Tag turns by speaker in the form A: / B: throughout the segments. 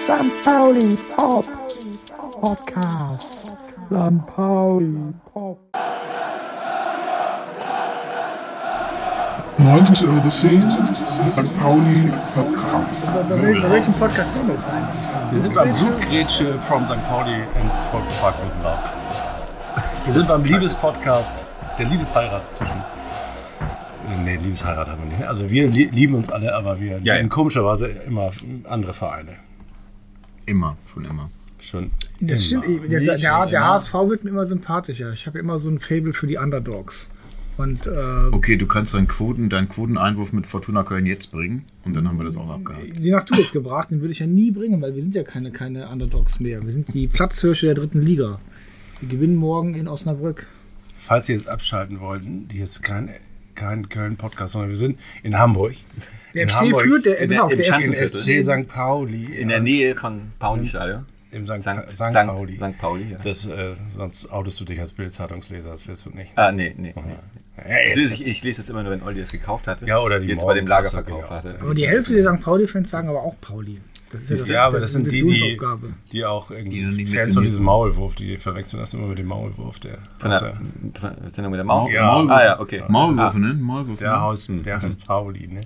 A: St. Pauli Pop Podcast. St. Pauli Pop.
B: 19.10 Uhr, St. Pauli Podcast.
C: Bei welchem Podcast sind wir jetzt eigentlich?
D: Wir sind beim Blutgrätsche from St. Pauli im Volkspark Mittenlauf. Wir sind beim Liebespodcast, der Liebesheirat zwischen. Nee, Liebesheirat haben wir nicht. Also wir li lieben uns alle, aber wir
E: Ja, ja.
D: lieben komischerweise immer andere Vereine.
E: Immer, schon immer.
D: Schon.
C: Das
D: immer.
C: stimmt, eh. ich- der,
D: Nee,
C: der,
D: schon
C: der,
D: immer.
C: HSV wird mir immer sympathischer. Ich habe immer so ein Fable für die Underdogs. Und äh,
E: Okay, du kannst deinen, Quoten, deinen Quoteneinwurf mit Fortuna Köln jetzt bringen und dann haben wir das auch abgehakt.
C: den hast du jetzt gebracht, den würde ich ja nie bringen, weil wir sind ja keine, keine Underdogs mehr. Wir sind die Platzhirsche der dritten Liga. Wir gewinnen morgen in Osnabrück.
D: Falls ihr jetzt abschalten wollt, hier ist kein, kein Köln-Podcast, sondern wir sind in Hamburg.
C: Der
D: in
C: FC führt, der,
E: in
C: pass
E: der-
C: auf,
E: im
C: der
D: in
C: FC,
E: Schanzenviertel.
D: FC St. Pauli. äh,
E: In der Nähe von Pauli-Stadion.
D: Im St.
E: St.
D: St.
E: St.
D: Pauli.
E: St. Pauli, ja.
D: Das, äh, sonst outest du dich als Bildzeitungsleser, das willst du nicht.
F: Ah, nee, nee.
D: Hey,
F: Ich, lese, ich, ich lese das immer nur, wenn Olli es gekauft hatte.
D: Ja, oder die
F: Jetzt bei dem
D: Morgenpost
F: Lagerverkauf
D: hat er
F: hatte.
C: aber Oh, die Hälfte der St. Pauli-Fans sagen aber auch Pauli. Das ist ja, das,
D: ja, aber das
C: ist
D: sind
C: eine
D: die, die,
C: Missionsaufgabe.
D: die auch irgendwie
E: Die noch nicht
D: Fans von
E: missioniert
D: diesem
E: sind.
D: Maulwurf, die verwechseln das immer mit dem Maulwurf, der, Mhm.
F: Von
D: aus
F: der von- Sendung mit der Maus.
D: Also. Ja.
F: Ah, ja, okay.
E: Maulwürfe, ne? Maulwürfe.
D: der Haus, der Haus Pauli, ne?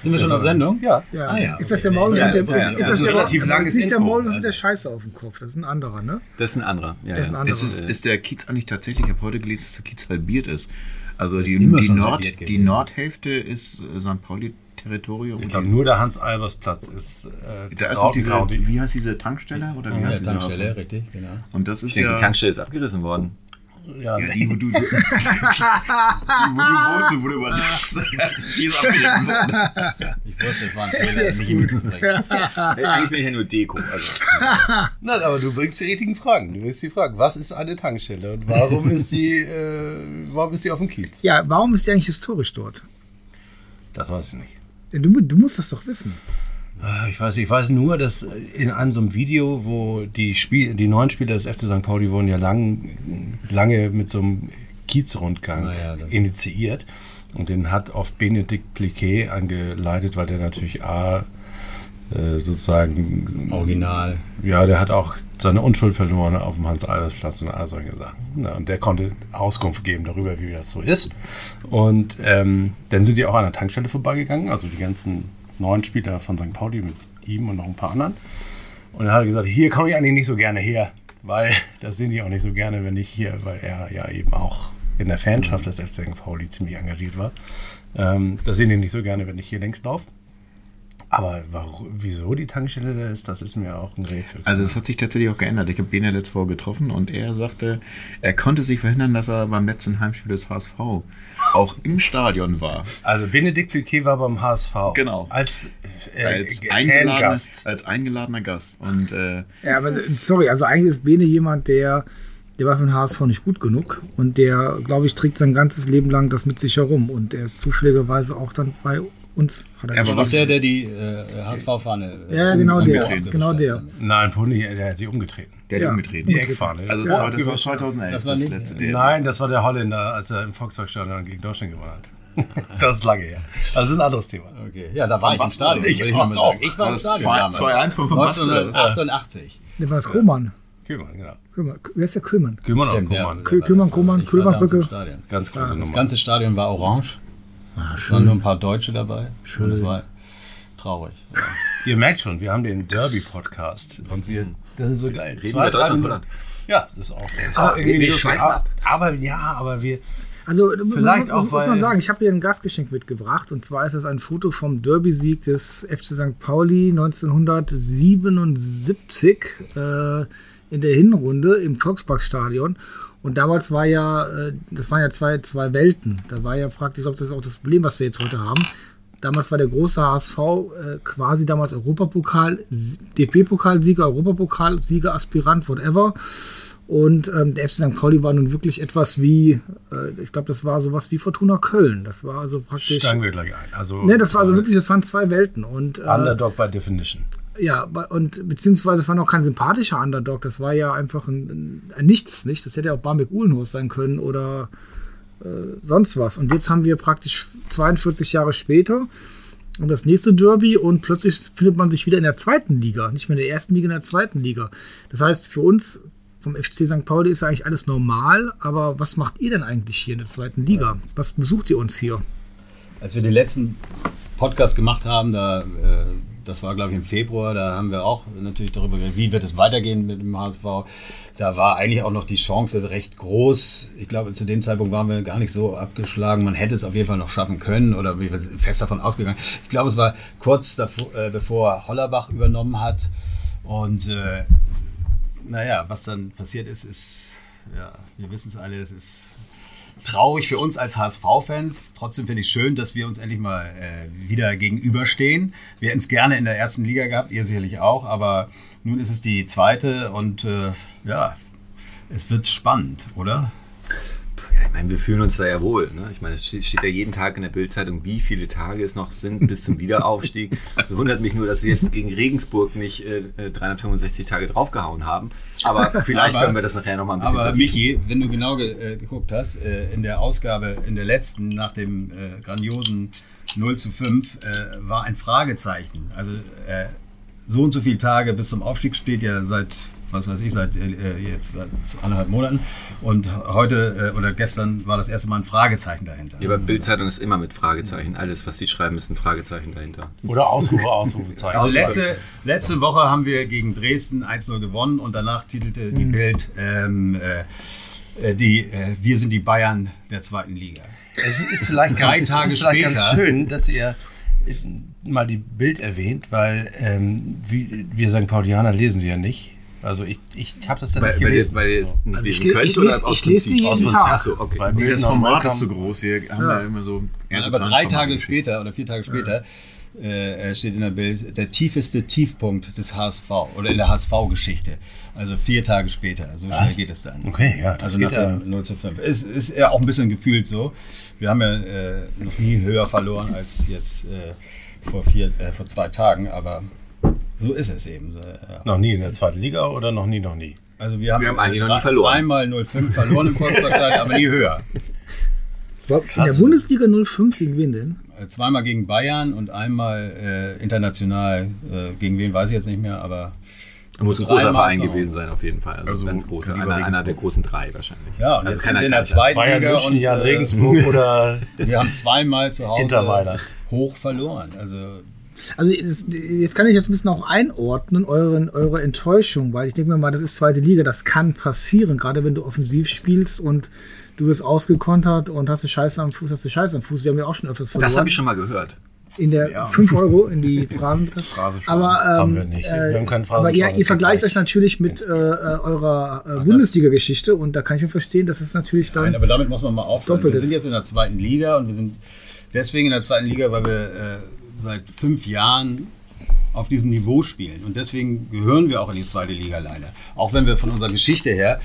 G: Sind wir schon auf Sendung?
F: Ja.
C: Ja.
G: Ah, ja,
C: Ist das
G: okay.
C: der Maul?
G: Ja,
C: der,
G: ja, ja.
C: ist,
G: Das
C: das
G: ist
D: also
C: der Maul?
G: ein
D: relativ
C: aber das
D: langes
C: ist nicht der
D: Intro,
C: Maul, das ist
G: also.
C: der Scheiße auf dem Kopf. Das ist ein anderer, ne?
F: Das ist ein anderer. Ja,
C: Das ist ein
F: ja.
C: anderer.
E: Ist, es, ist der Kiez eigentlich tatsächlich, ich habe heute gelesen, dass der Kiez halbiert ist. Also die,
G: immer
E: die,
G: schon
E: Nord,
G: halbiert
E: die
G: gewesen.
E: Nordhälfte ist äh, St. Pauli-Territorium.
D: Ich
E: und
D: glaube,
E: die-
D: nur der Hans-Albers-Platz ist äh,
E: Da ist
D: Rauten
E: noch diese,
D: County.
E: wie heißt diese Tankstelle? Oder wie
G: Ja,
E: heißt diese
G: Tankstelle, richtig, genau.
E: Und das ist
F: Ich denke,
E: ja,
F: die Tankstelle ist abgerissen worden.
D: Ja,
E: ja die, wo du, die, wo du wohnst, und wo du übertagst. Die ist abgerissen worden.
G: Ich wusste, es war ein Fehler, mich hier mitzubringen.
F: Hey, Eigentlich bin ich ja nur Deko. Also,
D: Nein, aber du bringst die richtigen Fragen. Du bringst die Fragen. Was ist eine Tankstelle und warum ist sie, äh, warum ist sie auf dem Kiez?
C: Ja, warum ist der eigentlich historisch dort?
D: Das weiß ich nicht.
C: Du, du musst das doch wissen.
D: Ah, Ich weiß, nicht. ich weiß nur, dass in einem so einem Video, wo die, Spiel, die neuen Spieler des FC St. Pauli wurden ja lang, lange mit so einem Kiezrundgang
G: Na Ah, ja, das-
D: initiiert. Und den hat oft Benedikt Pliquet angeleitet, weil der natürlich A, äh, sozusagen,
G: Original.
D: ja, der hat auch seine Unschuld verloren auf dem Hans-Albers-Platz und all solche Sachen. Na, und der konnte Auskunft geben darüber, wie das so ist. Und ähm, dann sind die auch an der Tankstelle vorbeigegangen, also die ganzen neuen Spieler von St. Pauli mit ihm und noch ein paar anderen. Und dann hat er gesagt, hier komme ich eigentlich nicht so gerne her, weil das sehen die auch nicht so gerne, wenn ich hier, weil er ja eben auch in der Fanschaft des FC St. Pauli ziemlich engagiert war. Ähm, das sehen die nicht so gerne, wenn ich hier längs laufe. Aber warum, wieso die Tankstelle da ist, das ist mir auch ein Rätsel.
E: Also es hat sich tatsächlich auch geändert. Ich habe Bene letzte Woche getroffen und er sagte, er konnte sich verhindern, dass er beim letzten Heimspiel des HSV auch im Stadion war.
D: Also Benedikt Pliquet war beim HSV.
E: Genau.
D: Als, äh,
E: Als,
D: äh,
E: eingeladener,
D: Fangast.
E: als eingeladener Gast. Und äh,
C: Ja, aber sorry, also eigentlich ist Bene jemand, der, der war für den HSV nicht gut genug und der, glaube ich, trägt sein ganzes Leben lang das mit sich herum und er ist zufälligerweise auch dann bei uns. Hat er
E: Ja,
C: gesagt.
E: aber
G: Was der, der die äh, HSV-Fahne. äh,
C: ja, ja, genau der,
G: umgedreht hat?
C: genau
E: halt,
C: der.
E: ne?
D: Nein, Pony, der hat die umgetreten.
E: der hat
C: Ja.
E: umgetreten.
D: Die Eckfahne.
E: Also
D: Ja,
E: zwei, das war
D: über-
E: 2011, das,
G: Das war nicht-
E: letzte. der-
D: Nein, das war der Holländer, als er im Volkswagen-Stadion gegen Deutschland gewonnen hat. Das ist lange her. Also Das ist ein anderes Thema.
G: Okay. Ja, da war ich im Stadion.
D: Ich
G: will noch mal
D: auch.
G: sagen.
E: War
G: Ich war im
E: das
G: Stadion.
E: zwei- 2-1
G: damals.
E: von Van Basten, oder was?
G: 1988.
C: Der war das Kroman.
D: Kümmern, genau.
C: Köhmann. Wer ist der Köhmann?
D: Kümmern oder
G: Stimmt, ja.
D: Kummern?
C: Kö- Kümmern, Kummern,
G: Ich war damals
C: Kühlbahnbrücke.
G: im Stadion.
D: Ganz große
G: Das
D: Nummer.
G: ganze Stadion war orange. Es waren nur ein paar Deutsche dabei. Schön. Das war traurig.
D: Ihr merkt schon, wir haben den Derby-Podcast und wir. Das ist so geil.
F: Reden über Deutschland,
D: drei Minuten.
F: Holland.
D: Ja, das ist auch. Das ist auch irgendwie
F: wir
D: lustig.
F: schweifen ab.
D: Aber ja, aber wir.
C: Also
D: Vielleicht
C: mu- mu-
D: auch,
C: muss
D: weil-
C: man sagen, ich habe hier ein Gastgeschenk mitgebracht und zwar ist es ein Foto vom Derby-Sieg des FC St. Pauli 1977 äh, in der Hinrunde im Volksparkstadion. Und damals war ja, äh, das waren ja zwei, zwei Welten. Da war ja praktisch, ich glaube, das ist auch das Problem, was wir jetzt heute haben. Damals war der große HSV äh, quasi damals Europapokal, Sie- DFB-Pokalsieger, Europapokalsieger, Aspirant, whatever. Und ähm, der FC St. Pauli war nun wirklich etwas wie, äh, ich glaube, das war sowas wie Fortuna Köln. Das war also praktisch.
D: Steigen wir gleich ein. Also,
C: Ne, das war also wirklich, das waren zwei Welten. Und äh,
D: Underdog by Definition.
C: ja, ba- und beziehungsweise es war noch kein sympathischer Underdog, das war ja einfach ein, ein Nichts, nicht? Das hätte ja auch Barmek Uhlenhorst sein können oder äh, sonst was. Und jetzt haben wir praktisch 42 Jahre später und das nächste Derby und plötzlich findet man sich wieder in der zweiten Liga, nicht mehr in der ersten Liga, in der zweiten Liga. Das heißt, für uns vom FC St. Pauli ist eigentlich alles normal, aber was macht ihr denn eigentlich hier in der zweiten Liga? Was besucht ihr uns hier?
G: Als wir den letzten Podcast gemacht haben, da, äh, das war glaube ich im Februar, da haben wir auch natürlich darüber geredet, wie wird es weitergehen mit dem HSV. Da war eigentlich auch noch die Chance recht groß. Ich glaube, zu dem Zeitpunkt waren wir gar nicht so abgeschlagen. Man hätte es auf jeden Fall noch schaffen können oder wir sind fest davon ausgegangen. Ich glaube, es war kurz davor, äh, bevor Hollerbach übernommen hat. Und äh, naja, was dann passiert ist, ist, ja, wir wissen es alle, es ist traurig für uns als HSV-Fans. Trotzdem finde ich schön, dass wir uns endlich mal äh, wieder gegenüberstehen. Wir hätten es gerne in der ersten Liga gehabt, ihr sicherlich auch, aber nun ist es die zweite und äh, ja, es wird spannend, oder?
F: Ja, ich meine, wir fühlen uns da ja wohl. Ne? Ich meine, es ste- steht ja jeden Tag in der Bildzeitung, wie viele Tage es noch sind bis zum Wiederaufstieg. Es wundert mich nur, dass sie jetzt gegen Regensburg nicht äh, äh, 365 Tage draufgehauen haben. Aber vielleicht
G: Aber-
F: können wir das nachher nochmal ein bisschen
G: Aber
F: vertiefen.
G: Michi, wenn du genau ge äh, geguckt hast, äh, in der Ausgabe, in der letzten, nach dem äh, grandiosen 0 zu 5, äh, war ein Fragezeichen. Also äh, so und so viele Tage bis zum Aufstieg steht ja seit, was weiß ich, seit äh, jetzt seit anderthalb Monaten. Und heute äh, oder gestern war das erste Mal ein Fragezeichen dahinter.
F: Ja, aber Bildzeitung ist immer mit Fragezeichen. Alles, was sie schreiben, ist ein Fragezeichen dahinter.
D: Oder Ausrufe, Ausrufezeichen.
G: Also letzte, letzte Woche haben wir gegen Dresden 1-0 gewonnen und danach titelte die Bild, ähm, äh, äh, die, äh, wir sind die Bayern der zweiten Liga.
D: Es ist vielleicht
G: Drei
D: ganz,
G: Tage
D: es ist vielleicht ganz
G: später.
D: schön, dass ihr äh, mal die Bild erwähnt, weil ähm, wie, wir St. Paulianer lesen die ja nicht. Also ich, ich habe das dann
F: Weil,
D: nicht
F: weil, ihr,
D: gelesen.
F: weil ihr es nicht
C: Also ich
F: lesen
C: le-
F: könnt
C: ich
F: oder
C: lese-
F: aus
C: ich lese
F: Prinzip?
C: die
F: Aus
C: jeden
F: Prinzip.
C: Tag.
F: Achso, okay.
D: Weil Bild
E: Das
D: noch
E: Format ist
D: Welcome-
E: so groß. Wir haben da immer so.
G: Ja,
H: Also
E: erste
G: aber drei
E: Planformate
G: Tage
E: geschickt.
G: später oder vier Tage später äh, äh, steht in der Bild der tiefeste Tiefpunkt des HSV oder in der HSV-Geschichte. Also vier Tage später, so schnell geht es dann.
D: Okay, ja, das
G: Also
D: geht
G: nach
D: ja.
G: dem 0 zu 5. Es ist ja auch ein bisschen gefühlt so. Wir haben ja äh, noch nie höher verloren als jetzt äh, vor, vier, äh, vor zwei Tagen, aber so ist es eben. Äh,
D: Noch nie in der zweiten Liga oder noch nie, noch nie.
G: Also wir haben,
F: Wir haben eigentlich noch nie
G: drei-
F: verloren.
G: Dreimal 05 verloren im Volksparkstadion, aber nie höher.
C: In der Bundesliga 05 gegen wen denn?
G: Äh, Zweimal gegen Bayern und einmal äh, international. Äh, gegen wen weiß ich jetzt nicht mehr, aber
F: Da muss ein
G: Dreimal
F: großer Verein
G: so.
F: gewesen sein, auf jeden Fall. Also,
D: Also
F: ganz großer.
D: Kaliber
F: Einer, einer der
D: Regensburg.
F: großen drei wahrscheinlich.
G: ja, und
F: Also
G: jetzt sind
F: keiner
G: wir in der
F: kann sein.
G: zweiten
D: Bayern
G: Liga
D: München,
G: und
D: ja,
G: äh,
D: Regensburg oder
G: wir haben zweimal zu Hause
D: Inter Mailand.
G: hoch verloren. Also
C: Also das, jetzt kann ich das ein bisschen auch einordnen, euren, eure Enttäuschung, weil ich denke mir mal, das ist zweite Liga, das kann passieren, gerade wenn du offensiv spielst und du wirst ausgekontert und hast du Scheiße am Fuß, hast du Scheiße am Fuß. Wir haben ja auch schon öfters verloren.
F: Das habe ich schon mal gehört.
C: in der 5 Euro in die Phrasen drin. aber ähm,
D: Haben wir nicht. Wir haben keinen
C: äh, aber ihr,
D: Phrasenschwein,
C: ihr
D: das
C: vergleicht
D: geht
C: euch natürlich mit äh, äh, eurer äh, Bundesliga-Geschichte und da kann ich mir verstehen, dass es natürlich dann
G: Nein, aber damit muss man mal aufhören.
C: Doppeltes.
G: Wir sind jetzt in der zweiten Liga und wir sind deswegen in der zweiten Liga, weil wir äh, seit fünf Jahren auf diesem Niveau spielen. Und deswegen gehören wir auch in die zweite Liga leider. Auch wenn wir von unserer Geschichte her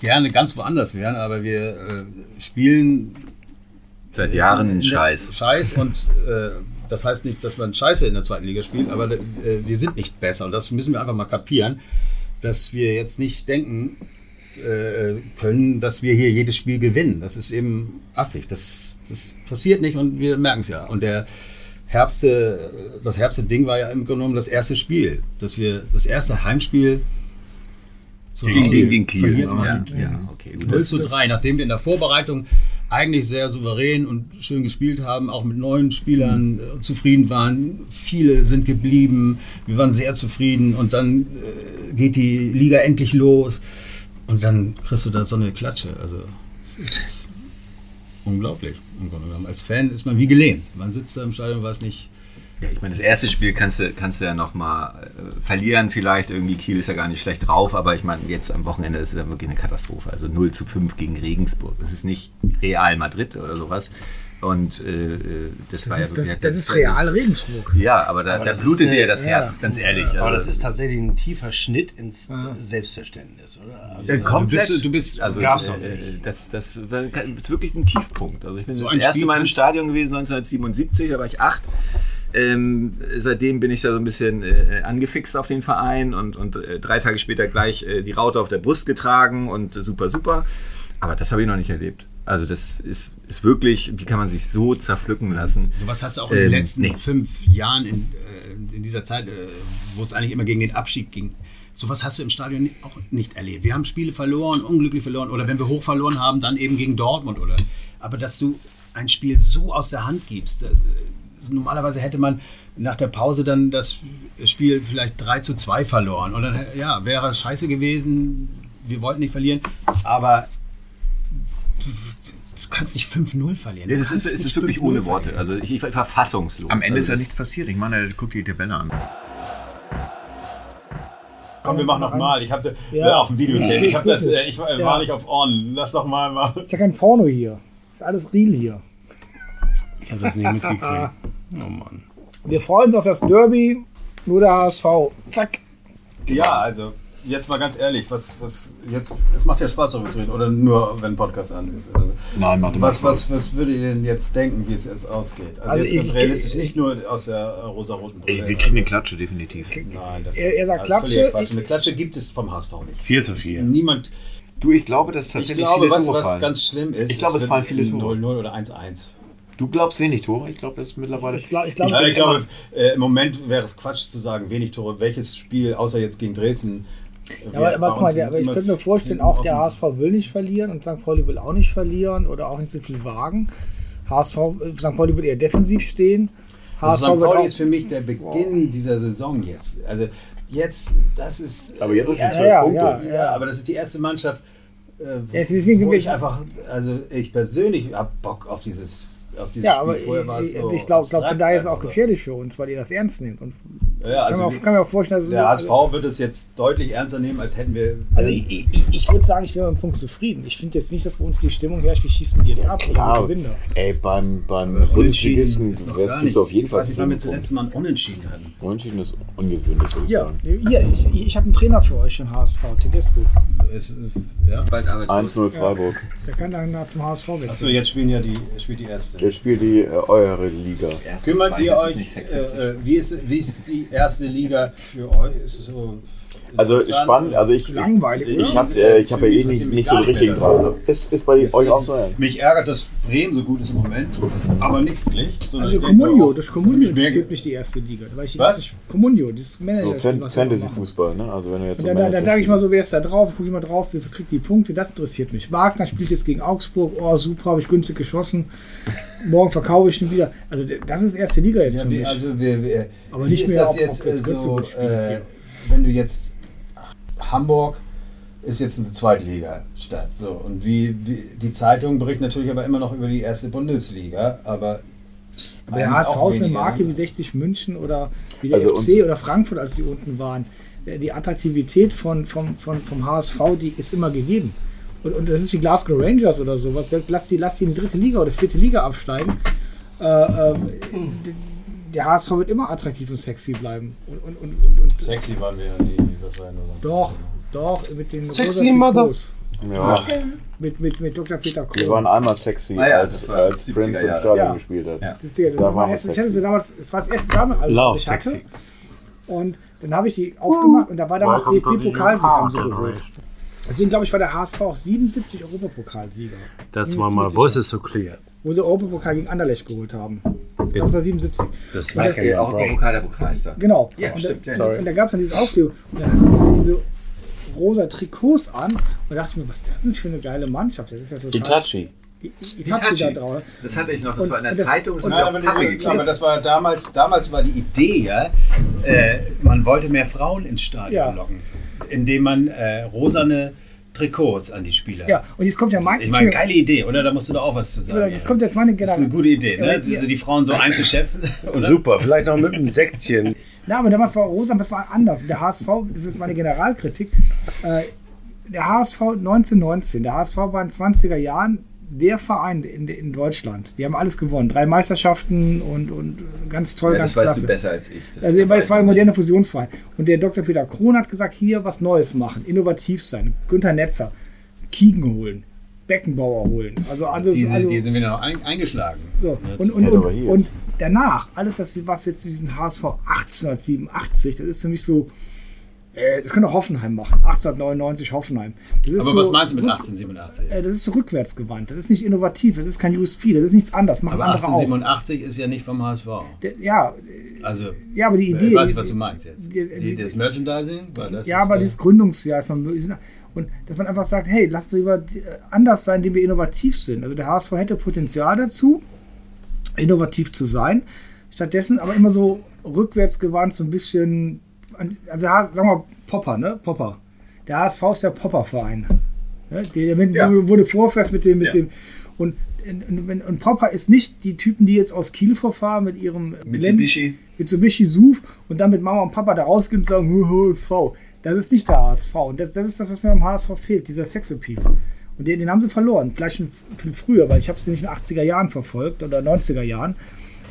G: gerne ganz woanders wären, aber wir äh, spielen
F: Seit Jahren
G: in
F: einen
G: der-
F: Scheiß.
G: Scheiß und äh, das heißt nicht, dass man Scheiße in der zweiten Liga spielt, aber äh, wir sind nicht besser und das müssen wir einfach mal kapieren, dass wir jetzt nicht denken äh, können, dass wir hier jedes Spiel gewinnen. Das ist eben affig. Das, das passiert nicht und wir merken es ja. Und der Herbste, das Herbste Ding war ja im Grunde genommen das erste Spiel, dass wir das erste Heimspiel zu
F: Gegen,
G: Hause
F: gegen, gegen Kiel.
G: verliert man.
F: Ja, ja, okay. Gut.
G: 0 zu 3, nachdem wir in der Vorbereitung eigentlich sehr souverän und schön gespielt haben, auch mit neuen
F: Mhm.
G: Spielern äh, zufrieden waren. Viele sind geblieben, wir waren sehr zufrieden und dann äh, geht die Liga endlich los und dann kriegst du da so eine Klatsche. Also unglaublich. im Grunde genommen. Als Fan ist man wie gelähmt. Man sitzt da im Stadion und weiß nicht,
F: Ja, ich meine, das erste Spiel kannst du, kannst du ja nochmal äh, verlieren vielleicht. Irgendwie Kiel ist ja gar nicht schlecht drauf, aber ich meine, jetzt am Wochenende ist es ja wirklich eine Katastrophe. Also 0 zu 5 gegen Regensburg. Das ist nicht Real Madrid oder sowas. Und äh, äh, das,
C: Das,
F: war ja
C: ist, das,
F: wirklich-
C: das ist real Regensburg.
F: Ja, aber da,
D: Aber
F: da
D: das
F: blutet
D: ist eine-
F: dir das
C: ja.
F: Herz, ganz ehrlich.
D: Aber
F: Also,
D: das ist tatsächlich ein tiefer Schnitt ins Selbstverständnis, oder? Also,
F: Ja, komplett.
G: Du bist, du bist
F: also,
D: gab's
F: äh,
D: doch nicht.
F: äh, das, das war kein- ist wirklich ein Tiefpunkt. Also ich bin
G: So
F: das
G: ein
F: erste
G: Spiel
F: Mal im
G: kannst-
F: Stadion gewesen, 1977, da war ich acht. Ähm, seitdem bin ich da so ein bisschen äh, angefixt auf den Verein und, und äh, drei Tage später gleich äh, die Raute auf der Brust getragen und äh, super, super. Aber das habe ich noch nicht erlebt. Also das ist, ist wirklich, wie kann man sich so zerpflücken lassen?
G: Sowas hast du auch in den
F: Ähm,
G: letzten
F: nee.
G: fünf Jahren, in, äh, in dieser Zeit, äh, wo es eigentlich immer gegen den Abstieg ging, sowas hast du im Stadion ni- auch nicht erlebt. Wir haben Spiele verloren, unglücklich verloren oder wenn wir hoch verloren haben, dann eben gegen Dortmund oder. Aber dass du ein Spiel so aus der Hand gibst, das, äh, normalerweise hätte man nach der Pause dann das Spiel vielleicht 3 zu 2 verloren. Und dann äh, ja, wäre scheiße gewesen, wir wollten nicht verlieren, aber du, du kannst nicht 5-0 verlieren.
F: Ja,
G: Du
F: das ist,
G: kannst
F: es ist
G: nicht
F: wirklich
G: 5-0
F: ohne
G: verlieren.
F: Worte. Also ich, ich war verfassungslos.
E: Am Ende ist
F: also
E: ja
F: das-
E: nichts passiert. Ich meine, guck dir die Tabelle an.
G: Komm, wir machen nochmal. Ich habe
C: Ja.
G: ja. auf dem Video gesehen. Ich, hab
C: geht's
G: das,
C: nicht.
G: äh, ich war,
C: Ja.
G: war nicht auf On. Lass doch mal mal.
C: Ist ja kein Porno hier. Ist alles real hier.
D: ich habe das nicht mitgekriegt. Oh Mann.
C: Wir freuen uns auf das Derby, nur der HSV. Zack.
G: Ja, also jetzt mal ganz ehrlich, was, was jetzt, es macht ja Spaß darüber zu reden oder nur wenn Podcast an ist. Also,
E: Nein, macht immer
G: was,
E: Spaß.
G: was, was würdet ihr denn jetzt denken, wie es jetzt ausgeht? Also,
C: Also
G: jetzt ganz
C: ich-
G: realistisch, nicht nur aus der äh, rosa-roten
E: Ey,
G: Brille.
E: wir kriegen eine Klatsche, definitiv.
G: Nein, das
C: Er- er sagt
G: das ist völliger
C: Klatsche,
G: Quatsch.
C: ich-
G: Eine Klatsche gibt es vom HSV nicht.
D: Viel zu viel.
G: Niemand.
E: Du, ich glaube, dass
G: Ich
E: tatsächlich
G: glaube,
E: viele
G: was,
E: Tore
G: was
E: fallen.
G: ganz schlimm ist.
E: Ich glaube, es
G: wird
E: fallen viele Tore.
G: 0-0 oder 1-1.
E: du glaubst wenig Tore. Ich glaube, das ist mittlerweile...
C: Ich glaube, ich glaub,
G: Also ich glaube, äh, im Moment wäre es Quatsch zu sagen, wenig Tore. Welches Spiel, außer jetzt gegen Dresden? äh,
C: Ja, aber,
G: wir-
C: aber
G: bei
C: guck mal,
G: uns
C: der,
G: sind
C: aber ich
G: immer
C: könnte mir vorstellen,
G: hinten
C: auch der
G: offen.
C: HSV will nicht verlieren und St. Pauli will auch nicht verlieren oder auch nicht so viel wagen. HSV, äh, St. Pauli wird eher defensiv stehen. HSV
G: Also St.
C: wird
G: Pauli
C: auch,
G: ist für mich der Beginn dieser Saison jetzt. Also jetzt, das ist.
E: Aber jetzt ist schon
G: Ja,
E: zwölf
C: ja,
E: Punkte.
C: ja.
G: Ja, aber das ist die erste Mannschaft. Äh,
C: Ja, deswegen
G: wo
C: bin
G: ich
C: ich-
G: einfach, also ich persönlich habe Bock auf dieses, auf dieses
C: ja,
G: Spiel.
C: aber ich,
G: Vorher war es
C: ich,
G: so
C: ich glaube, glaub,
G: abstrakt
C: von daher ist es auch
G: einfach.
C: gefährlich für uns, weil ihr das ernst nehmt. Und
G: Ja, also
C: kann, man auch, kann man auch vorstellen, dass
G: der HSV wird es jetzt deutlich ernster nehmen, als hätten wir.
C: Also ich, ich, ich würde sagen, ich wäre mit dem Punkt zufrieden. Ich finde jetzt nicht, dass bei uns die Stimmung herrscht, wir schießen die jetzt ab oder wir
E: Ja,
C: gewinnen da.
E: ey, beim,
G: Äh,
E: beim Bundesligisten wärst- bist du auf jeden Fall
G: Ich weiß nicht,
E: zufrieden
G: wann wir
E: mit
G: zuletzt mal einen Unentschieden hatten.
E: Punkten. Unentschieden ist ungewöhnlich, würde ich
C: Ja,
E: sagen.
C: hier, ich, ich habe einen Trainer für euch im HSV, Tedesco.
G: Es, ja.
F: Bald arbeitslos.
E: 1-0 Freiburg.
C: Der kann dann nach zum HSV
G: Achso,
C: wechseln.
G: jetzt spielen ja die, spielt die erste.
E: Der spielt die äh, eure Liga.
F: Erstens,
G: Kümmert ihr
F: zweitens ist
G: euch,
F: nicht sexistisch.
G: äh, äh, wie, ist, wie ist die erste Liga für euch? Ist es so
E: Also
G: interessant?
E: spannend, also ich, ich,
C: Langweilig, oder?
E: ich habe äh, ich hab ja eh nicht, nicht so den richtigen Draht. Ist, ist bei euch auch so? ja?
G: Mich ärgert, dass Bremen so gut ist im Moment, aber nicht Pflicht. sondern
C: Also
G: ich denke
C: Comunio,
G: auch,
C: das Comunio
G: mich mehr-
C: interessiert mich die erste Liga. Da Weiß ich
G: Was?
C: Nicht. Comunio, dieses Manager.
E: So Fan- Fantasy-Fußball, ne? Also wenn du jetzt so
C: Da, da, da
E: Manager
C: sage ich
E: spielst.
C: mal so, wer ist da drauf? Guck ich mal drauf, wer kriegt die Punkte? Das interessiert mich. Wagner spielt jetzt gegen Augsburg. Oh, super, habe ich günstig geschossen. Morgen verkaufe ich ihn wieder. Also, das ist erste Liga jetzt
G: Ja,
C: für
G: wir,
C: mich.
G: also wir, wir,
C: Aber
G: wie
C: nicht
G: ist
C: mehr
G: das
C: auf-
G: jetzt
C: auf das
G: äh,
C: Größte
G: so,
C: gut spielt
G: äh,
C: hier.
G: wenn du jetzt Hamburg ist jetzt eine Zweitligastadt so und wie, wie die Zeitung berichtet natürlich aber immer noch über die erste Bundesliga, aber
C: Aber der
G: Eigentlich
C: HSV
G: auch
C: ist eine
G: weniger,
C: Marke
G: ne?
C: wie 60 München oder wie der
E: Also
C: FC
E: uns-
C: oder Frankfurt, als die unten waren. Äh, Die Attraktivität von, vom, von, vom HSV, die ist immer gegeben. Und, und das ist wie Glasgow Rangers oder sowas. Selbst Lass die, lass die in die dritte Liga oder vierte Liga absteigen. Äh, ähm, d- der HSV wird immer attraktiv und sexy bleiben. Und, und, und, und, und
G: sexy waren wir ja nie, das war ja nur so.
C: doch, doch, mit den
D: Sexy
C: rosa
D: Mother-
C: Trikots.
E: Ja,
C: Mit, mit, mit Dr. Peter
E: wir
C: Kohl.
E: waren einmal sexy,
F: Ah ja,
E: als, äh,
F: das war
E: als
F: 70er
E: Prince im
F: Jahre.
E: Stadion
C: Ja.
E: gespielt hat.
F: Ja.
C: Das ist ja-
E: Da waren
C: mein
E: wir
C: erstes- ich
E: sexy.
C: hatte so damals, es war das erste Damenalbum,
D: Love
C: was ich hatte.
D: sexy.
C: Und dann habe ich die aufgemacht und da war damals
D: Welcome to the
C: DFB-Pokalsieger haben sie
D: Power
C: geholt. Deswegen glaube ich, war der HSV auch 77 Europapokalsieger,
D: Das
C: Bin
D: war
C: mir
D: mal
C: ziemlich
F: Oh,
D: Voices so clear.
C: wo sie Europapokal gegen Anderlecht geholt haben. Ich glaube, es war 77.
D: Das
F: Das
D: like
F: geht
D: a
F: auch
D: break.
F: Pokal der Pokalmeister.
C: Genau.
F: Ja,
C: und
F: stimmt,
C: Da,
F: ja.
C: und da gab es dann diese Aufklärung. Und dann hatten die diese rosa Trikots an und dachte ich mir, was ist das denn für eine geile Mannschaft? Das ist ja total.
E: Hitachi.
C: I- I- Itachi da drauf.
F: Das hatte ich noch, das
C: Und-
F: war in der
C: und das-
F: Zeitung, das
C: und-
F: haben wir auf
G: aber,
F: Pappe
G: die, aber
F: geklebt.
G: das war damals, damals war die Idee, ja, äh, man wollte mehr Frauen ins Stadion
C: Ja.
G: locken, indem man äh, rosane Trikots an die Spieler.
C: Ja, und jetzt kommt ja mein.
G: Ich meine, geile Idee, oder? Da musst du doch auch was zu sagen.
C: das kommt jetzt meine
G: Das ist eine
C: Generation.
G: gute Idee,
C: Ja,
G: ne?
C: aber-
G: Die, die Frauen so einzuschätzen. Oder?
D: Super, vielleicht noch mit einem Sektchen.
C: Na, aber damals war Rosa, das war anders. Und Der HSV, das ist meine Generalkritik, äh, der HSV 1919, der HSV war in 20er Jahren der Verein in, in Deutschland. Die haben alles gewonnen. Drei Meisterschaften und, und ganz toll,
F: Ja,
C: ganz
F: das weißt
C: klasse.
F: du besser als ich. Das
C: Also es war ein
F: modern.
C: moderner Fusionsverein. Und der Dr. Peter Krohn hat gesagt, hier was Neues machen, innovativ sein. Günther Netzer, Kiegen holen, Beckenbauer holen. Also, also,
G: Die, sind-
C: also
G: die sind wieder noch ein, eingeschlagen.
C: so. und, und,
G: halt
H: Ja,
C: und,
H: aber hier
C: und
H: jetzt.
C: danach, alles, das, was jetzt diesen HSV 1887, das ist für mich so, äh, das kann auch Hoffenheim machen. 1899 Hoffenheim. Das ist
G: Aber
C: so,
G: was meinst du mit
C: rück-
G: 1887?
C: Äh, das ist so rückwärts gewandt. Das ist nicht innovativ. Das ist kein USP. Das ist nichts anderes. Machen
G: Aber
C: andere auch.
G: 1887 ist ja nicht vom HSV.
C: Der- Ja,
G: Also,
C: ja, aber die Idee.
G: ich weiß nicht, was du meinst jetzt.
C: die- die-
G: Die, das Merchandising? Weil das
C: ja,
G: ist,
C: aber
G: äh,
C: dieses Gründungsjahr ist noch möglich. Und dass man einfach sagt, hey, lasst uns lieber äh, anders sein, indem wir innovativ sind. Also der HSV hätte Potenzial dazu, innovativ zu sein. Stattdessen aber immer so rückwärts gewandt, so ein bisschen, an- also H- sagen wir mal, Popper, ne? Popper. Der HSV ist der Popper-Verein. Ne? Der, der wurde- wurde vorfest mit dem, mit dem. Und, und, und- und Popper ist nicht die Typen, die jetzt aus Kiel vorfahren mit ihrem
F: Mitsubishi.
C: Mitsubishi Suf und dann mit Mama und Papa da rausgehen und sagen, "Hö, hö, HSV. Das ist nicht der HSV. Und das, das ist das, was mir am HSV fehlt, dieser Sexappeal. Und den, den haben sie verloren. Vielleicht schon viel früher, weil ich habe es nicht in den 80er Jahren verfolgt oder 90er Jahren.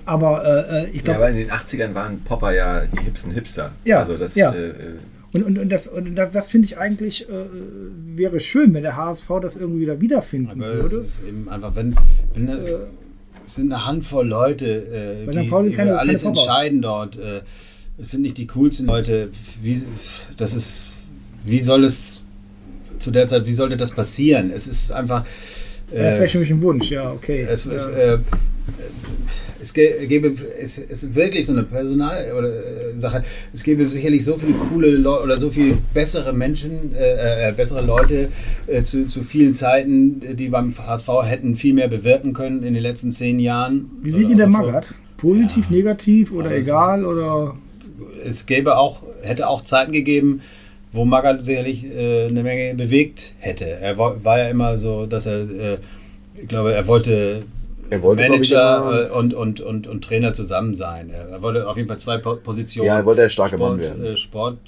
C: Aber äh, äh, ich
F: Ja,
C: glaube,
F: aber in den 80ern waren Popper ja die hipsten Hipster.
C: Ja,
F: Also das,
C: ja.
F: äh, äh,
C: und, und, und das, und das, das finde ich eigentlich, äh, wäre schön, wenn der HSV das irgendwie wieder wiederfinden
G: Aber es
C: würde.
G: ist eben einfach, wenn, wenn äh, es sind eine Handvoll Leute, äh,
C: Weil
G: die
C: St. Pauli
G: über
C: keine-
G: alles
C: keine Popper.
G: entscheiden dort. Äh, es sind nicht die coolsten Leute. Wie, das ist, wie soll es zu der Zeit, wie sollte das passieren? Es ist einfach. äh,
C: das wäre für mich ein Wunsch, ja, okay.
G: es,
C: ja.
G: äh, es gä- gäbe es ist wirklich so eine Personal oder äh, Sache. Es gäbe sicherlich so viele coole Leute oder so viel bessere Menschen, äh, äh, bessere Leute äh, zu, zu vielen Zeiten, äh, die beim HSV hätten viel mehr bewirken können in den letzten zehn Jahren.
C: Wie sieht
G: Oder-
C: ihr der
G: oder-
C: Magath? Positiv, negativ oder
G: Aber es
C: egal oder
G: Es gäbe auch hätte auch Zeiten gegeben, wo Magath sicherlich äh, eine Menge bewegt hätte. Er war, war ja immer so, dass er, äh, ich glaube, er wollte
H: Er wollte, glaub ich,
G: Manager
H: immer-
G: äh, und, und, und, und Trainer zusammen sein. Er er wollte auf jeden Fall zwei Po- Positionen.
H: Ja, er wollte der starke
G: Sport,
H: Mann werden.
G: äh,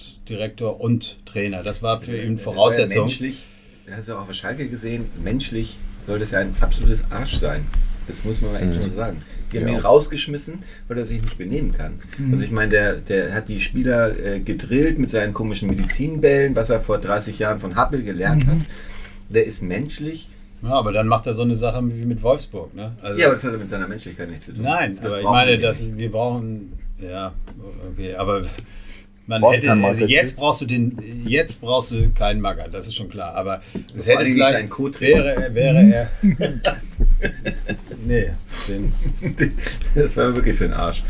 G: Sportdirektor und Trainer. Das war für ihn
F: das war ja
G: äh, Voraussetzung.
F: Äh, Menschlich, das hast du auch auf Schalke gesehen, menschlich sollte es ja ein absolutes Arsch sein. Das muss man mal
H: Mhm.
F: echt schon sagen. Die haben ihn rausgeschmissen, weil er sich nicht benehmen kann. Also ich meine, der, der hat die Spieler äh, gedrillt mit seinen komischen Medizinbällen, was er vor 30 Jahren von Happel gelernt hat. Der ist menschlich.
G: ja, aber dann macht er so eine Sache wie mit Wolfsburg. Ne? Also,
F: Ja, aber das hat mit seiner Menschlichkeit nichts zu tun.
G: nein,
F: Das
G: aber ich
F: brauchen wir
G: meine,
F: nicht.
G: dass wir brauchen. Ja, okay, aber. Man
H: Braucht
G: hätte,
H: keinen
G: also
H: Magath.
G: jetzt brauchst du den, jetzt brauchst du keinen Magger, das ist schon klar. Aber es hätte
F: allen Dingen
G: vielleicht
F: ist er ein Co-Trainer.
G: wäre, er- wäre er. nee, den,
F: Das war wirklich für den Arsch.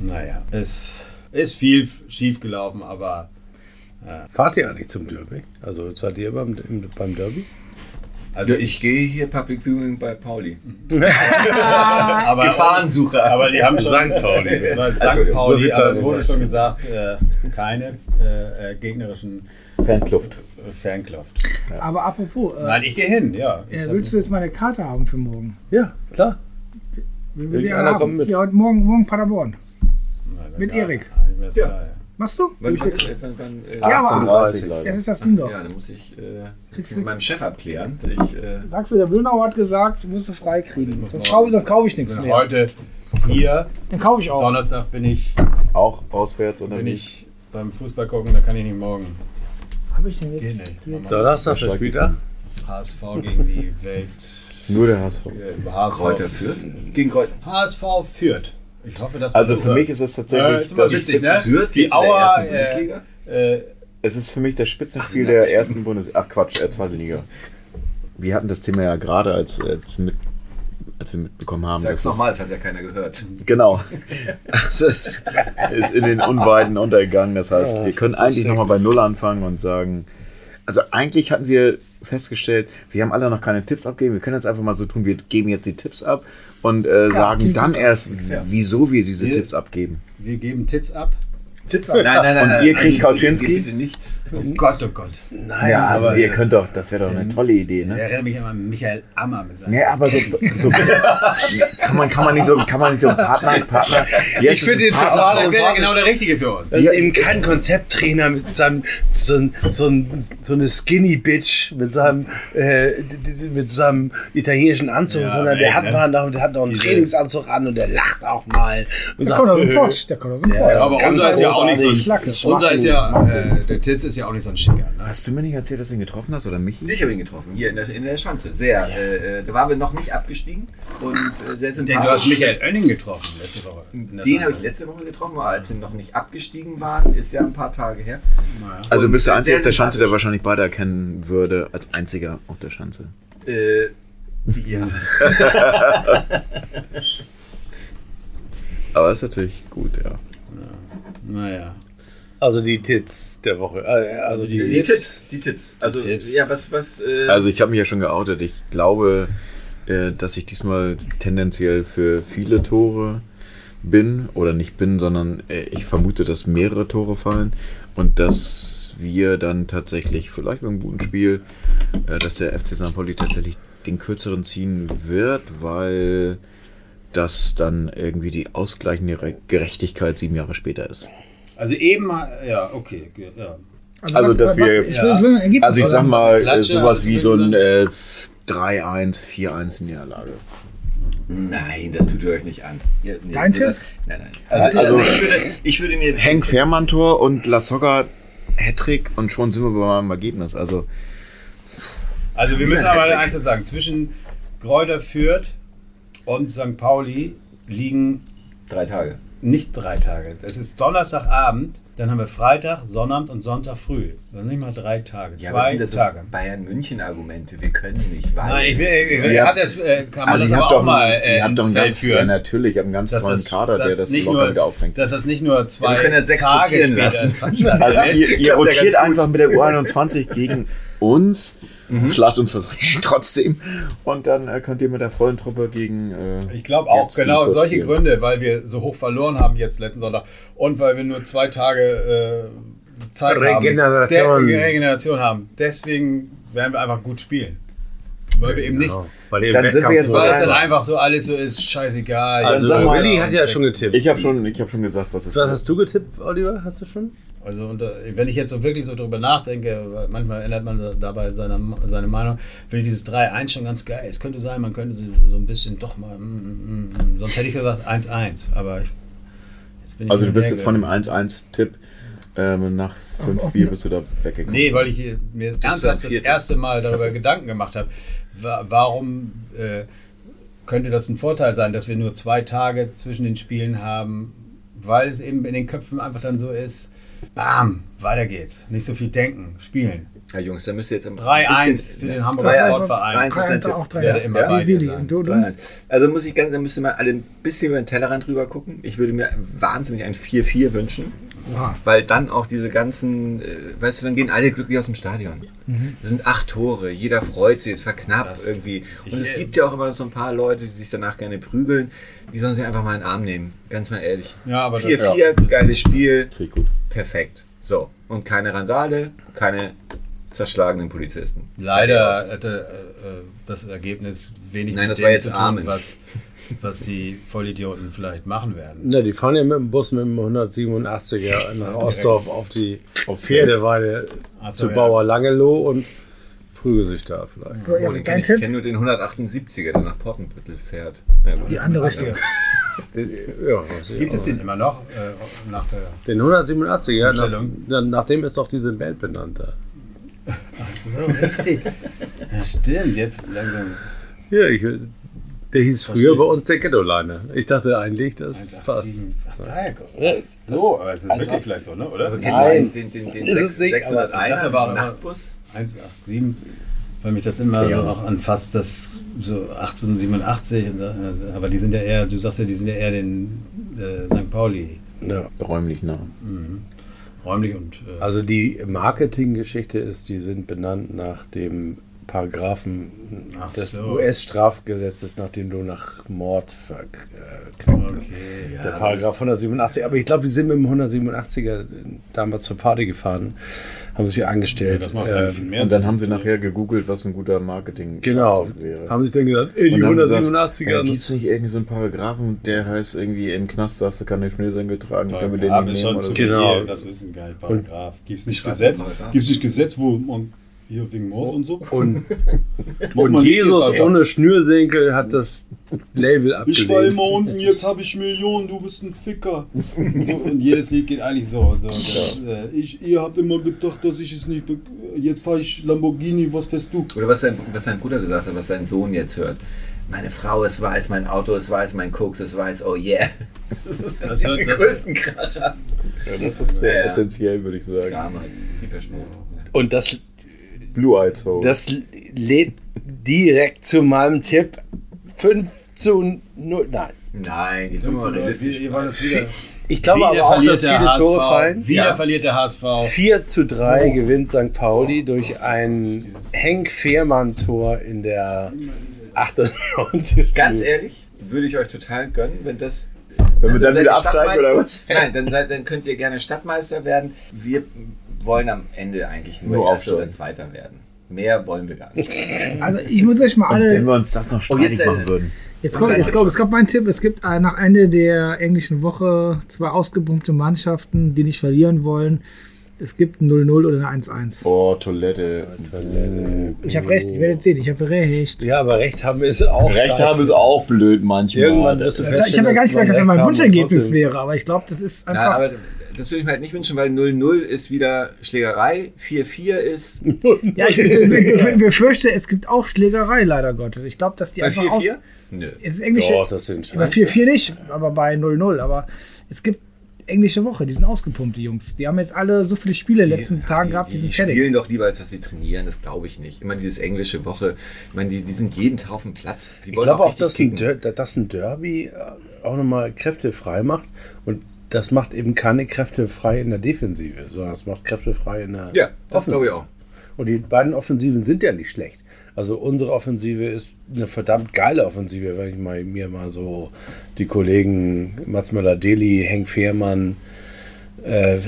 G: naja, es ist viel schief gelaufen, aber
D: Fahrt ihr eigentlich zum Derby? Also seid ihr beim, im, beim Derby?
F: Also ich gehe hier Public Viewing bei Pauli.
G: Aber,
F: Gefahrensucher.
G: Aber die haben schon
D: St. Pauli.
G: War St.
F: Entschuldigung,
D: so
G: Pauli,
D: viel
G: aber
D: Zeit
G: es
D: muss
G: wurde
D: sein.
G: schon gesagt, äh, keine äh, äh, gegnerischen
H: Fankluft.
G: äh, Fanclub.
C: aber apropos, äh,
G: Nein, ich gehe hin, ja. Ich
C: äh,
G: hab-
C: willst du jetzt meine Karte haben für morgen?
D: Ja, klar.
C: Will,
D: Will
C: will die
D: einer
C: einer
D: kommen
C: haben?
D: mit?
C: Ja, heute morgen, morgen Paderborn.
G: Nein,
C: mit
G: nein,
C: Erik.
G: nein, wär's
F: Ja.
G: klar, ja.
C: Machst du?
F: Wann, wann, wann, äh,
C: Ja, aber-
H: 18.30
C: Das
H: Leute.
C: ist das Ding doch.
F: Ja, dann muss ich äh,
C: Kriegst
F: mit
C: du-
F: meinem Chef abklären. dass Ich, äh,
C: Sagst du, der Wilnau hat gesagt, du musst du freikriegen.
G: muss
C: Sonst
G: morgen-
C: kaufe, sonst kaufe ich
G: Ich
C: nichts
G: bin
C: mehr.
G: heute hier,
C: Dann kaufe ich auch.
G: Donnerstag bin ich,
H: Auch auswärts
G: bin
H: unterwegs.
G: ich beim Fußball gucken, da kann ich nicht morgen.
C: Habe ich denn
G: Geh
C: jetzt?
G: nicht.
C: Hier.
G: Mach mal
D: Donnerstag der Spieltag.
G: HSV gegen die Welt.
H: Nur der HSV.
G: äh, HSV,
F: Kräuter führt. Gegen Kräuter.
G: HSV führt. Ich hoffe, dass
H: Also für mich ist es
G: Äh,
H: tatsächlich,
G: ist immer
H: das
G: witzig,
H: ist,
G: ne?
F: Fürth
G: Die
F: jetzt in der
G: Auer,
F: ersten
G: äh,
F: Bundesliga?
G: äh,
H: es ist für mich das Spitzenspiel
F: Ach,
G: Also,
F: ja,
H: der
F: stimmt.
H: ersten Bundes... Ach Quatsch, äh, zweite Liga. Wir hatten das Thema ja gerade, als, äh, als, mit, als wir mitbekommen haben,
F: Sag's
H: dass es-
F: nochmal, das hat ja keiner gehört.
H: Genau. Also es ist in den Unweiten untergegangen. Das heißt, wir können eigentlich nochmal bei Null anfangen und sagen, also eigentlich hatten wir festgestellt, wir haben alle noch keine Tipps abgegeben. Wir können jetzt einfach mal so tun, wir geben jetzt die Tipps ab und äh, sagen
C: die
H: dann
C: Tipps
H: erst, wieso wir diese
G: Wir-
H: Tipps abgeben.
G: wir geben Tits ab.
D: Tipps ab.
F: Nein, nein, nein.
H: Und
F: nein,
H: ihr
F: nein,
H: kriegt
F: bitte,
H: Kautschinski?
F: Bitte nichts.
G: Oh Gott, oh Gott.
D: Nein,
H: ja, also
D: aber-
H: ihr könnt doch, das wäre doch eine tolle Idee, ne?
G: Ich erinnere mich immer an Michael Ammer mit seinem.
H: Nee, aber so, so kann, man, kann man nicht so, kann man nicht so Partner, Partner. Yes,
D: Ich finde
H: es ist
D: den
H: Partner-
D: Verfahren-
G: der wäre genau der Richtige für uns.
D: Das ist eben kein Konzepttrainer mit seinem so, ein- so, ein- so eine Skinny Bitch mit seinem äh, d- d- mit seinem italienischen Anzug,
G: Ja,
D: sondern
G: ey,
D: der hat
G: ne?
D: mal noch, der hat noch einen
G: Diese-
D: Trainingsanzug an und der lacht auch mal und
C: Der
D: sagt
C: kommt aus
D: so,
C: dem
D: "Äh,
C: Pott. Der kommt aus dem Pott.
D: Ja,
G: Aber
D: Ganz
G: unser ist ja auch nicht so ein,
C: großartig.
G: unser ist ja, äh, der Titz ist ja auch nicht so ein Schicker. Ne?
H: Hast du mir nicht erzählt, dass du ihn getroffen hast oder mich?
F: Ich habe ihn getroffen, hier in der, in der Schanze. Sehr. Äh, äh, da waren wir noch nicht abgestiegen und äh, sehr
G: Denn du hast
F: sympathisch.
G: Michael Oenning getroffen letzte Woche. In der
F: Den habe ich
G: Fernseh-
F: letzte Woche getroffen, aber als wir noch nicht abgestiegen waren, ist ja ein paar Tage her.
H: Also bist du
F: Sehr
H: einziger auf der Schanze, der
F: sympathisch.
H: wahrscheinlich beide erkennen würde, als einziger auf der Schanze.
F: Äh, ja.
H: Aber das ist natürlich gut, ja.
G: Naja.
D: Also die Tits der Woche. Äh, Also die,
F: Die Tipps, die Tipps. Also,
G: Tipps.
F: ja, was, was, äh,
H: Also ich habe mich ja schon geoutet. Ich glaube, äh, dass ich diesmal tendenziell für viele Tore bin oder nicht bin, sondern äh, ich vermute, dass mehrere Tore fallen und dass wir dann tatsächlich vielleicht mit einem guten Spiel, äh, dass der FC St. Pauli tatsächlich den kürzeren ziehen wird, weil das dann irgendwie die ausgleichende Re- Gerechtigkeit sieben Jahre später ist.
G: Also eben, ja, okay. ge- Ja.
H: Also, dass wir-
C: Ich will, ich will ein Ergebnis
H: Also ich sag
C: haben.
H: mal, äh,
G: Klatsche, also
H: sowas wie so ein äh,
G: dann-
H: 3-1, 4-1 Niederlage.
F: nein, das tut ihr euch nicht an. Ja, nee,
C: Dein
F: so das- Nein, nein. Also,
H: Also-
F: also, ich, würde, ich würde mir
H: Henk Fährmann Tor und Lasogga Hattrick und schon sind wir bei meinem Ergebnis. Also
G: Also wir müssen aber eins sagen, zwischen Gräuter Fürth und St. Pauli liegen
F: drei Tage.
G: nicht drei Tage. Das ist Donnerstagabend, dann haben wir Freitag, Sonnabend und Sonntag früh. Das sind nicht mal drei Tage,
F: Ja, aber
G: zwei
F: sind das so
G: Tage.
F: Bayern München Argumente. Wir können nicht, weil
G: Nein, ich will, ich will,
H: Ihr
G: hat das, äh, kann man
H: also
G: das
H: ihr
G: aber
H: habt
G: auch
H: doch,
G: mal
H: einen-
G: äh,
H: ihr habt doch
G: ins
H: einen
G: Feld
H: ganz, ja,
G: führen.
H: natürlich, ihr habt einen ganz
G: dass
H: tollen
G: das,
H: Kader,
G: dass
H: der das
G: nicht
H: locker
G: nur,
H: wieder aufhängt.
G: Dass das nicht nur zwei
F: können ja sechs
G: Tage
F: rotieren
G: später
F: lassen.
G: stattfindet.
H: Also ihr, ihr
F: Klappt ja
H: rotiert
F: ganz gut.
H: einfach mit der U21 gegen uns,
G: Mhm.
H: schlagt uns das Recht trotzdem und dann äh, könnt ihr mit der vollen Truppe gegen. Äh,
G: Ich glaube auch,
H: jetzt
G: genau,
H: Frankfurt
G: solche
H: spielen.
G: Gründe, weil wir so hoch verloren haben jetzt letzten Sonntag und weil wir nur zwei Tage äh, Zeit haben.
I: Regeneration.
G: Der, Regeneration haben. Deswegen werden wir einfach gut spielen. Weil wir eben nicht,
D: Genau.
I: Weil ihr
H: Dann sind wir
I: Wettkampf-
H: jetzt bei
G: weil es dann
H: Nein.
G: einfach so alles so ist, scheißegal.
H: Also,
I: Also,
H: sag mal-
I: Willi hat ja schon getippt.
H: Ich habe schon, ich hab schon gesagt, was es
I: Was hast du getippt, Oliver? Hast du schon?
G: Also und, äh, wenn ich jetzt so wirklich so drüber nachdenke, weil manchmal ändert man da- dabei seine, seine Meinung, finde ich dieses 3-1 schon ganz geil. Es könnte sein, man könnte so, so ein bisschen doch mal, mm, mm, mm, sonst hätte ich gesagt 1-1, aber ich, jetzt bin ich
H: Also du
G: hin und
H: bist
G: her
H: jetzt von dem
G: gerissen.
H: 1-1-Tipp ähm, nach 5 Bier bist du da weggekommen.
G: Nee, weil ich äh, mir ernsthaft das
F: Viertel.
G: erste Mal darüber Gedanken gemacht habe, wa- warum äh, könnte das ein Vorteil sein, dass wir nur zwei Tage zwischen den Spielen haben, weil es eben in den Köpfen einfach dann so ist, bam, weiter geht's. Nicht so viel denken, spielen.
F: Ja, Jungs, da müsst ihr jetzt ein
G: 3-1
F: bisschen-
G: für den
F: Ja,
G: Hamburger
F: 3-1.
G: Sportverein.
F: 3-1 ist ein
C: Könnte
D: halt
F: Tipp.
C: auch
G: werde
C: drei
G: immer bei dir
C: Willi
G: sein.
C: und du, du?
F: 3-1. Also muss ich ganz, da müsste man alle ein bisschen über den Tellerrand drüber gucken. Ich würde mir wahnsinnig ein 4-4 wünschen,
C: Oha.
F: weil dann auch diese ganzen, äh, weißt du, dann gehen alle glücklich aus dem Stadion. Das sind acht Tore, jeder freut sich, es war knapp irgendwie. Und es gibt ja auch immer so ein paar Leute, die sich danach gerne prügeln, die sollen sich einfach mal in den Arm nehmen, ganz mal ehrlich.
G: Ja, aber das-
F: 4-4, geiles Spiel,
H: Finde ich gut.
F: perfekt. So, und keine Randale, keine zerschlagenen Polizisten.
G: Leider hatte äh, äh, das Ergebnis wenig
F: Nein, das
G: dem
F: war jetzt
G: zu tun,
F: Amen.
G: was, was die Vollidioten vielleicht machen werden.
I: Na, die fahren ja mit dem Bus mit dem 187er nach Ostdorf auf die
H: Aufs
I: Pferdeweide
G: Ach so,
I: zu
G: ja.
I: Bauer Langeloh und prügeln sich da vielleicht.
C: So,
F: Oh,
C: ja,
F: den kenn
C: dein
F: ich ich kenne
C: Tipp?
F: nur den 178er, der nach Poppenbüttel fährt. Ja, gut.
C: Die andere
G: Also,
C: Richtung.
I: Ja, weiß ich
G: Gibt
I: auch.
G: es den Äh, immer noch äh, nach der
I: Den 187er, nach,
G: Umstellung?
I: na- nach dem ist doch diese Welt benannt. da.
G: So, richtig. Ja, stimmt, jetzt langsam.
I: Ja, ich, der hieß
G: Verstehe.
I: früher bei uns der Ghetto-Liner. Ich dachte eigentlich, das passt.
G: 187. Ach, daher kommt das. So, aber es ist wirklich vielleicht so, ne? oder?
F: Wir kennen Nein, den, den, den, den
I: es nicht, aber
F: 601
G: dachte, war
F: diesen
G: aber-
F: Nachtbus.
G: 187, weil mich das immer so auch anfasst, das so 1887, und, da- aber die sind ja eher, du sagst ja, die sind ja eher den äh, St. Pauli
H: Räumlich ne? nah.
G: räumlich und äh,
H: Ah,
I: Also die Marketinggeschichte ist, die sind benannt nach dem
D: Paragraphen
G: Ach
D: des
G: so.
D: US-Strafgesetzes, nachdem du nach Mord verknackt bist.
G: Okay, ja,
D: Der
G: das-
D: Paragraph 187. Aber ich glaube, wir sind mit dem 187er damals zur Party gefahren, haben sich angestellt.
G: Das macht
D: ähm,
G: eigentlich viel mehr
H: Und
G: Sinn.
H: dann haben sie nachher gegoogelt, was ein guter Marketing
D: Genau.
H: wäre.
D: Haben sich dann gesagt, ey, die
H: Und dann gesagt, Ey,
D: 187er.
H: gibt's nicht irgendwie so einen Paragraphen, der heißt irgendwie, im Knast darfst du keine Schnürsenkel tragen, können wir den
G: Paragraph
H: nicht
G: ist
H: nehmen oder
G: schon ah, zu
H: so.
G: viel,
D: Genau.
G: das wissen wir halt, Paragraph. Gibt es nicht
F: Schreibt
G: Gesetz?
F: mal da.
G: Gibt es nicht Gesetz, wo man hier wegen Mord und so?
D: Und,
G: Und
D: und
G: man
D: Jesus
G: jetzt einfach-
D: ohne Schnürsenkel hat das Label
G: Ich war
D: abgelehnt.
G: immer unten, jetzt habe ich Millionen, du bist ein Ficker. So, und jedes Lied geht eigentlich so. so das, äh, ich, ihr habt immer gedacht, dass ich es nicht. be- Jetzt fahre ich Lamborghini, was fährst du?
F: Oder was sein, was sein Bruder gesagt hat, was sein Sohn jetzt hört. Meine Frau ist weiß, mein Auto ist weiß, mein Koks ist weiß, oh yeah.
G: Das hört
F: Die
G: das-
F: größten Kracher
H: Ja, das ist sehr
F: Ja.
H: essentiell, würde ich sagen.
F: damals. Die Mode.
D: Und das,
H: Blue-Eyed Soul.
D: das lädt direkt zu meinem Tipp 5 zu 0. Nein.
F: Nein, jetzt sind wir mal realistisch.
D: Ich glaube
G: Wieder
D: aber auch,
G: verliert
D: dass
G: der
D: viele
G: HSV.
D: Tore fallen.
G: Wieder
F: Ja.
G: verliert der HSV.
D: 4 zu 3 gewinnt St. Pauli durch ein Henk Fehrmann-Tor in der 98.
F: Ganz
D: Minute.
F: ehrlich, würde ich euch total gönnen, wenn das.
H: Wenn wir dann
F: seid
H: wieder
F: ihr
H: absteigen
F: Stadtmeister.
H: oder was?
F: Nein, dann, seid, dann könnt ihr gerne Stadtmeister werden. Wir wollen am Ende eigentlich nur,
H: Nur
F: Erster
H: aufsteigen.
F: oder Zweiter werden. Mehr wollen wir gar nicht.
C: Also ich muss euch mal
H: Und wenn
C: alle.
H: wir uns das noch
F: Oh, jetzt,
H: streitig machen
F: äh,
H: würden.
C: Jetzt kommt, jetzt kommt, es kommt mein Tipp. Es gibt äh, nach Ende der englischen Woche zwei ausgepumpte Mannschaften, die nicht verlieren wollen. Es gibt ein 0-0 oder eine 1-1.
H: Oh, Toilette.
C: Ich habe recht, ihr werdet sehen, ich habe recht.
D: Ja, aber recht haben ist auch.
H: Recht
D: scheiße.
H: haben ist auch blöd manchmal.
D: Irgendwann wirst du
C: Also ich habe ja gar nicht gesagt, dass das mein Wunschergebnis wäre, aber ich glaube, das ist
F: Nein,
C: einfach.
F: aber das würde ich mir halt nicht wünschen, weil 0-0 ist wieder Schlägerei, 4-4 ist.
C: ja, ich be- be- be- befürchte, es gibt auch Schlägerei, leider Gottes. Ich glaube, dass die
F: Bei
C: einfach aus.
F: 4-4? Nö.
C: Es ist englische.
D: Doch, das sind
C: Bei 4-4 nicht, aber bei 0-0. Aber es gibt englische Woche, die sind ausgepumpt, die Jungs. Die haben jetzt alle so viele Spiele in den letzten Tagen gehabt, die sind fertig.
F: spielen doch lieber, als dass sie trainieren, das glaube ich nicht. Immer dieses englische Woche. Ich meine, die, die sind jeden Tag auf dem Platz. Die
D: Ich glaube auch,
F: richtig
D: dass ein,
F: kicken.
D: Der, dass ein Derby äh, auch nochmal Kräfte frei macht. Und das macht eben keine Kräfte frei in der Defensive, sondern es macht Kräfte frei in der
F: Ja, das glaube ich auch.
D: Und die beiden Offensiven sind ja nicht schlecht. Also unsere Offensive ist eine verdammt geile Offensive, wenn ich mal, mir mal so die Kollegen Mats Möller-Deli, Henk Fehrmann äh,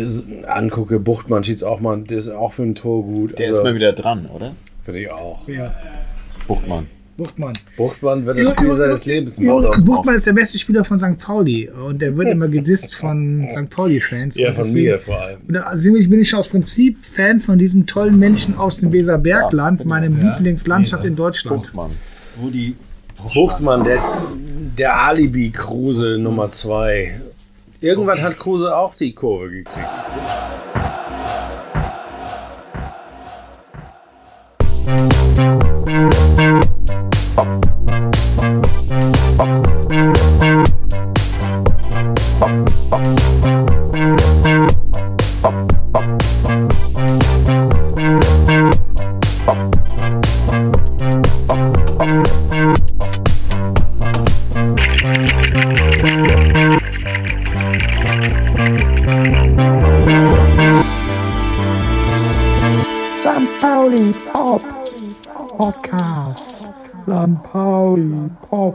D: angucke. Buchtmann schießt auch mal, der ist auch für ein Tor gut. Also
H: Der ist mal wieder dran, oder?
D: Finde ich auch.
C: Ja,
H: Buchtmann.
C: Buchtmann.
D: Buchtmann wird das
C: Ja,
D: Spiel
C: ja,
D: seines
C: ja,
D: Lebens machen.
C: Buchtmann ist der beste Spieler von St. Pauli und der wird immer gedisst von St. Pauli-Fans.
D: Ja,
C: Und
D: von
C: deswegen-
D: mir vor allem.
C: Und deswegen bin ich schon aus Prinzip Fan von diesem tollen Menschen aus dem Weserbergland, meinem Lieblingslandschaft in Deutschland.
H: Buchtmann.
G: Wo die
D: Buchtmann, der, der Alibi-Kruse Nummer 2. Irgendwann hat Kruse auch die Kurve gekriegt.
A: Sam Pauli Pop Podcast. Sam Pauli Pop.